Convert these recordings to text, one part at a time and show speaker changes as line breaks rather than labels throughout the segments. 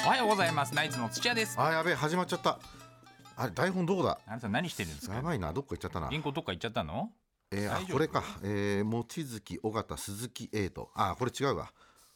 はようございますナイツの土屋です
あーやべえ始まっちゃったあれ台本どうだ
あなた何してるんです
や
か
ばいなどっか行っちゃったな
銀行どっか行っちゃったの
えーあ
大丈夫
これか、えー、望月尾形鈴木エイトあーこれ違うわ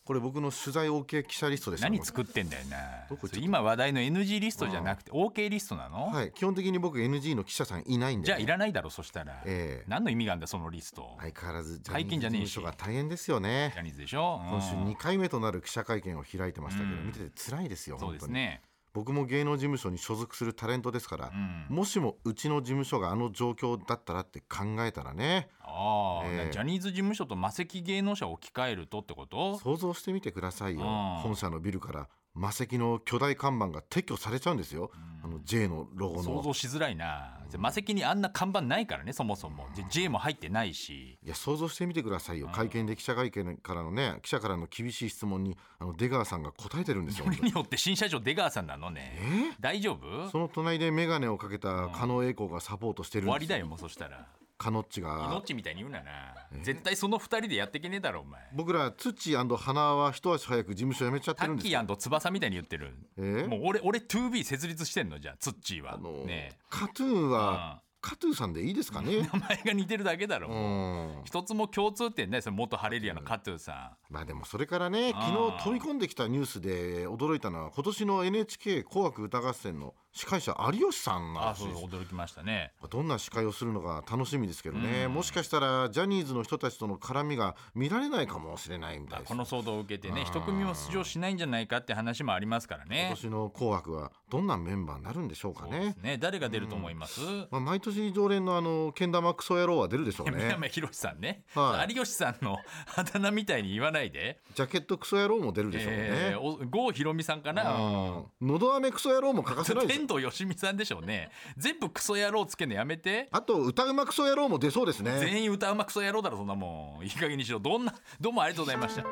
これ僕の取材 OK 記者リストでした
何
る
作ってんだよな
どこ行っちゃった
それ今話題の NG リストじゃなくて OK リストなの、
はい基本的に僕 NG の記者さんいないんで
じゃあいらないだろそしたら、
ええ
何の意味があるんだそのリスト、
相変わらずジャ
拝
ニーズ
見じゃ
事
ねえ
務
し
所が大変ですよね
ジャニーズでしょ、うん
今週2回目となる記者会見を開いてましたけど、見てて辛いですよ
そう
本
で
当
す
に、
ね
僕も芸能事務所に所属するタレントですから、もしもうちの事務所があの状況だったらって考えたらね
ああ、
ええ
ジャニーズ事務所と魔石芸能者を置き換えるとってこと
想像してみてくださいよ
あー
本社のビルから魔石の巨大看板が撤去されちゃうんですよ、あの J のロゴ
想
の
像しづらいな、じゃあ魔石にあんな看板ないからねそもそも、で J も入ってないし
いや想像してみてくださいよ会見で記者会見からのね記者からの厳しい質問にあの出川さんが答えてるんですよ
これによって新社長出川さんなのね大丈夫
その隣で眼鏡をかけた狩野英孝がサポートしてる
終
ん
わ
で
り
す
だよもうそしたら
狩野っちが
命みたいに言うなな絶対その二人でやってけねえだろお前
僕ら土花は一足早く事務所辞めちゃって
タ
るん
ッ
です
キ
よ
ー翼みたいに言ってる、
え
もう俺俺 2B 設立してんのじゃあツッチーは、
あの
ねえ
カトゥーンはカトゥーさんでいいですか ね
名前が似てるだけだろ、
うん
一つも共通点ないですよ元ハレリアのカトゥーさ
まあでもそれからね昨日飛び込んできたニュースで驚いたのは今年の NHK 紅白歌合戦の司会者有吉さん
ん
が
あそう驚きましたね
どんな司会をするのか楽しみですけどねもしかしたらジャニーズの人たちとの絡みが見られないかもしれないみたいです
この騒動を受けてね一組も出場しないんじゃないかって話もありますから
今
ね
年の紅白はどんなメンバーになるんでしょうか
そうで
ね
すね誰が出ると思います、
まあ、毎年常連のあのけん玉クソ野郎は出る でしょう
宮
ね
山博さんね、
はい
有吉さんの あだ名みたいに言わないで、
ジャケットクソ野郎も出るでしょうね、
えーお郷ひろみさんかな、
うんのど飴クソ野郎も欠かせないでしょ
天童よしみさんでしょうね全部クソ野郎つけんのやめて
あと歌うまクソ野郎も出そうですね
全員歌うまクソ野郎だろそんなもんいい加減にしろどんなどうもありがとうございました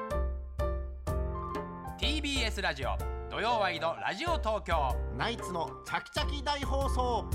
TBS ラジオ土曜ワイドラジオ東京
ナイツのチャキチャキ大放送